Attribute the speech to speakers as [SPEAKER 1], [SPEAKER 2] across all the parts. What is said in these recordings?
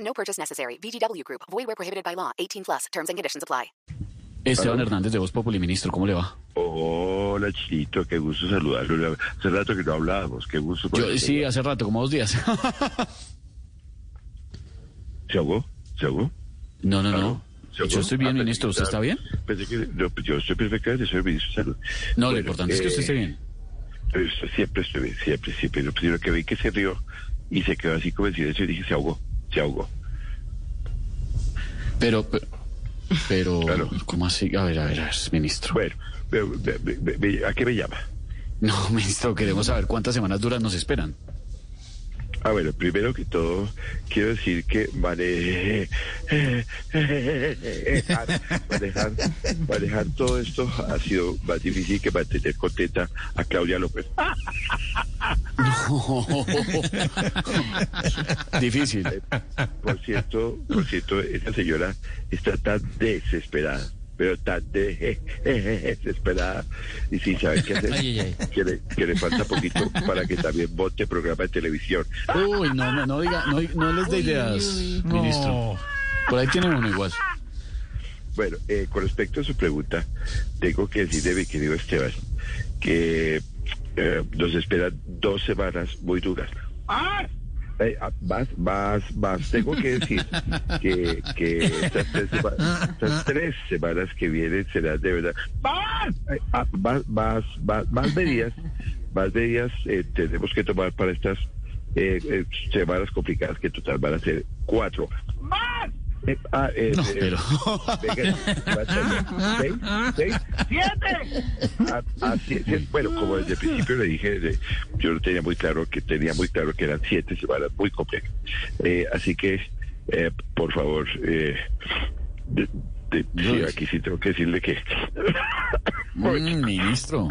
[SPEAKER 1] No purchase necessary. VGW Group. Void where prohibited by law. 18 plus. Terms and conditions apply.
[SPEAKER 2] Esteban Hernández de Voz Populi, ministro, ¿cómo le va?
[SPEAKER 3] Hola, Chito, qué gusto saludarlo. Hace rato que no hablábamos, qué gusto.
[SPEAKER 2] Yo, sí, hace rato, como dos días.
[SPEAKER 3] ¿Se ahogó? ¿Se ahogó?
[SPEAKER 2] No, no,
[SPEAKER 3] Aló,
[SPEAKER 2] no.
[SPEAKER 3] ¿se
[SPEAKER 2] Yo
[SPEAKER 3] ahogó?
[SPEAKER 2] estoy
[SPEAKER 3] Ah,
[SPEAKER 2] bien,
[SPEAKER 3] pensé
[SPEAKER 2] ministro.
[SPEAKER 3] que
[SPEAKER 2] ¿Usted está
[SPEAKER 3] estaba-
[SPEAKER 2] bien?
[SPEAKER 3] Pensé que no, pues yo estoy perfectamente, soy ministro de salud.
[SPEAKER 2] No, lo
[SPEAKER 3] Bueno,
[SPEAKER 2] importante es que
[SPEAKER 3] eh,
[SPEAKER 2] usted esté bien.
[SPEAKER 3] pero esto siempre estoy bien, siempre, siempre. Lo primero que vi que se rió y se quedó así como en silencio y dije, se ahogó, se ahogó.
[SPEAKER 2] Pero, pero, pero,
[SPEAKER 3] Claro.
[SPEAKER 2] ¿cómo así? A ver, a ver, a ver, ministro.
[SPEAKER 3] Bueno, ve- ve- ve- ve- ¿a qué me llama?
[SPEAKER 2] No, ministro, queremos saber cuántas semanas duras nos esperan.
[SPEAKER 3] Ah, bueno, primero que todo, quiero decir que maneje, manejar, manejar todo esto ha sido más difícil que mantener contenta a Claudia López.
[SPEAKER 2] Difícil.
[SPEAKER 3] Por cierto, por cierto, esa señora está tan desesperada, pero tan de- desesperada, y sin saber qué hacer, Que, le, que le falta poquito para que también vote programa de televisión.
[SPEAKER 2] Uy, no, no, no diga, no, no les dé ideas, ministro. Por ahí tiene uno igual.
[SPEAKER 3] Bueno, eh, con respecto a su pregunta, tengo que decirle, mi querido Esteban, que eh, nos esperan dos semanas muy duras. Eh, ah, más, más, más. Tengo que decir que, que estas, tres sema- estas tres semanas que vienen serán de verdad más, eh, ah, más, más, más, más medidas, más medidas eh, tenemos que tomar para estas eh, eh, semanas complicadas que en total van a ser cuatro. ¡Más! Eh, ah, eh,
[SPEAKER 2] No,
[SPEAKER 3] eh,
[SPEAKER 2] pero.
[SPEAKER 3] Venga, cuatro, seis, seis, Ah, siete. A- a sie- sie- bueno, como desde el principio le dije, de- yo lo tenía muy claro que tenía muy claro que eran siete semanas muy complejas. Eh, así que, eh, por favor, eh, de- de- sí,
[SPEAKER 2] Luis.
[SPEAKER 3] aquí sí tengo que decirle que
[SPEAKER 2] Mm, ministro.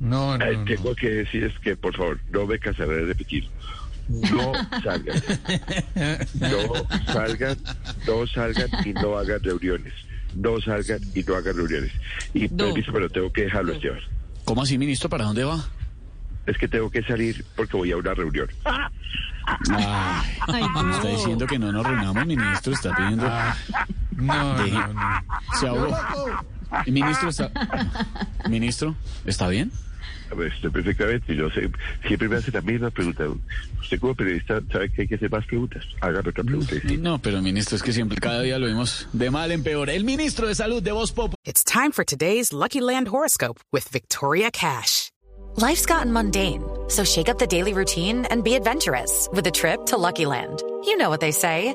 [SPEAKER 4] No, no,
[SPEAKER 3] eh,
[SPEAKER 4] no.
[SPEAKER 3] tengo que decir es que por favor no me cansaré de repetir. No salgan, no salgan, no salgan y no hagan reuniones. No salgan y no hagan reuniones. Y permiso, pero tengo que dejarlo, Esteban.
[SPEAKER 2] ¿Cómo así, ministro? ¿Para dónde va?
[SPEAKER 3] Es que tengo que salir porque voy a una reunión.
[SPEAKER 2] Ay, está diciendo que no nos reunamos, ministro. Está pidiendo.
[SPEAKER 4] Ah, No, no, no.
[SPEAKER 2] Se ahogó. Ministro, está. Ministro, ¿está bien?
[SPEAKER 3] A ver, estoy perfectamente. Yo sé, siempre me hacen la misma pregunta. Usted como periodista sabe que hay que hacer más preguntas. Hágame otra pregunta.
[SPEAKER 2] No, pero ministro, es que siempre, cada día lo vemos de mal en peor. El ministro de Salud de Voz Pop.
[SPEAKER 5] It's time for today's Lucky Land horoscope with Victoria Cash.
[SPEAKER 6] Life's gotten mundane, so shake up the daily routine and be adventurous with a trip to Lucky Land. You know what they say